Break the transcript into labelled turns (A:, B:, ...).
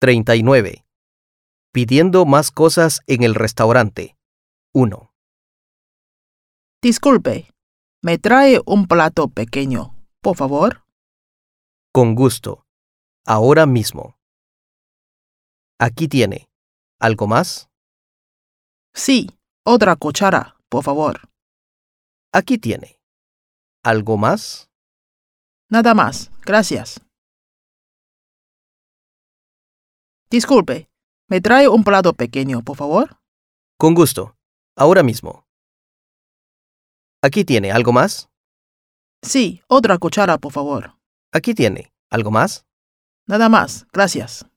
A: 39. Pidiendo más cosas en el restaurante. 1.
B: Disculpe, ¿me trae un plato pequeño, por favor?
A: Con gusto. Ahora mismo. Aquí tiene. ¿Algo más?
B: Sí, otra cuchara, por favor.
A: Aquí tiene. ¿Algo más?
B: Nada más, gracias. Disculpe, ¿me trae un plato pequeño, por favor?
A: Con gusto. Ahora mismo. Aquí tiene. ¿Algo más?
B: Sí, otra cuchara, por favor.
A: Aquí tiene. ¿Algo más?
B: Nada más, gracias.